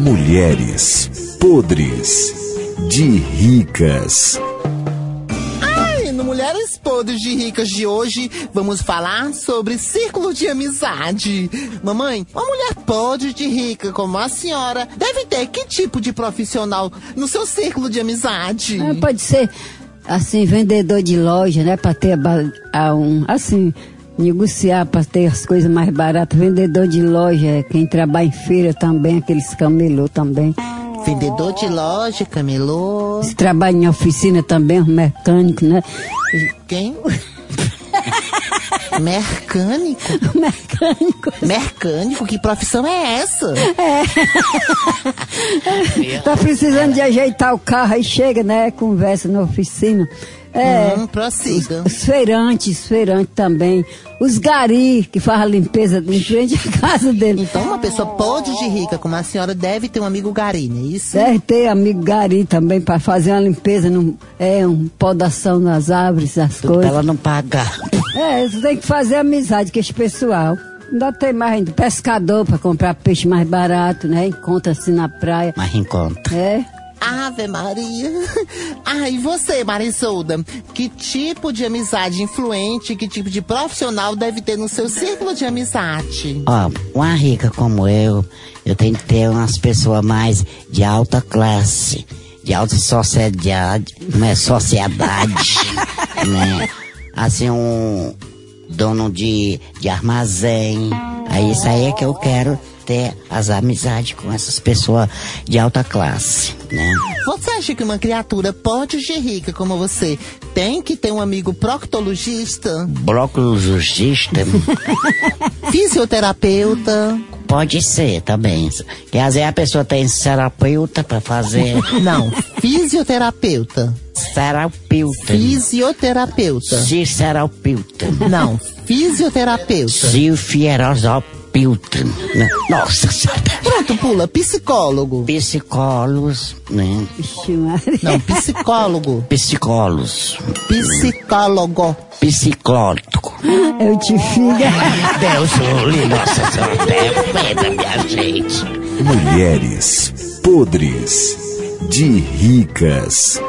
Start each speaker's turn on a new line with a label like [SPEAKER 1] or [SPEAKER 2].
[SPEAKER 1] Mulheres podres de ricas.
[SPEAKER 2] Ai, no Mulheres Podres de Ricas de hoje, vamos falar sobre círculo de amizade. Mamãe, uma mulher podre de rica como a senhora deve ter que tipo de profissional no seu círculo de amizade?
[SPEAKER 3] Ah, pode ser assim, vendedor de loja, né? Pra ter a, ba- a um, assim, negociar pra ter as coisas mais baratas. Vendedor de loja, quem trabalha em feira também, aqueles camelô também.
[SPEAKER 2] Vendedor de loja, camelô.
[SPEAKER 3] Se trabalha em oficina também, os mecânicos, né?
[SPEAKER 2] Quem? Mercânico?
[SPEAKER 3] Mecânico.
[SPEAKER 2] Mercânico? Que profissão é essa?
[SPEAKER 3] Tá precisando de ajeitar o carro, aí chega, né? Conversa na oficina. É.
[SPEAKER 2] Hum, prossiga.
[SPEAKER 3] Os feirantes, feirantes também. Os gari, que faz a limpeza em frente à casa dele.
[SPEAKER 2] Então, uma pessoa podre de rica como a senhora deve ter um amigo garinha, é isso?
[SPEAKER 3] Deve ter amigo gari também para fazer uma limpeza, num, é, um podação nas árvores, as
[SPEAKER 2] Tudo pra
[SPEAKER 3] coisas.
[SPEAKER 2] ela não pagar.
[SPEAKER 3] É, você tem que fazer amizade com esse pessoal. Ainda tem mais ainda, pescador para comprar peixe mais barato, né? Encontra assim na praia.
[SPEAKER 2] Mas encontra.
[SPEAKER 3] É,
[SPEAKER 2] Ave Maria. Ah, e você, Marisolda? Que tipo de amizade influente, que tipo de profissional deve ter no seu círculo de amizade?
[SPEAKER 4] Ó, uma rica como eu, eu tenho que ter umas pessoas mais de alta classe, de alta sociedade, não é sociedade, né? Assim, um dono de, de armazém. Aí isso aí é que eu quero ter as amizades com essas pessoas de alta classe, né?
[SPEAKER 2] Você acha que uma criatura pode de rica como você tem que ter um amigo proctologista,
[SPEAKER 4] Bloco justista
[SPEAKER 2] fisioterapeuta?
[SPEAKER 4] pode ser também. Porque às vezes a pessoa tem terapeuta pra fazer.
[SPEAKER 2] Não, fisioterapeuta.
[SPEAKER 4] Terapeuta.
[SPEAKER 2] Fisioterapeuta.
[SPEAKER 4] Ciceralpilta.
[SPEAKER 2] Não, fisioterapeuta.
[SPEAKER 4] Silfierosopilta. né? Nossa Senhora.
[SPEAKER 2] Pronto, pula, psicólogo.
[SPEAKER 4] Psicólogos, né?
[SPEAKER 3] Vixe, Maria.
[SPEAKER 2] Não, psicólogo.
[SPEAKER 4] Psicólogos.
[SPEAKER 2] Psicólogo.
[SPEAKER 4] Psiclótico.
[SPEAKER 3] eu te fico.
[SPEAKER 4] Deus, Júlio, Nossa Senhora, defenda minha gente.
[SPEAKER 1] Mulheres podres de ricas.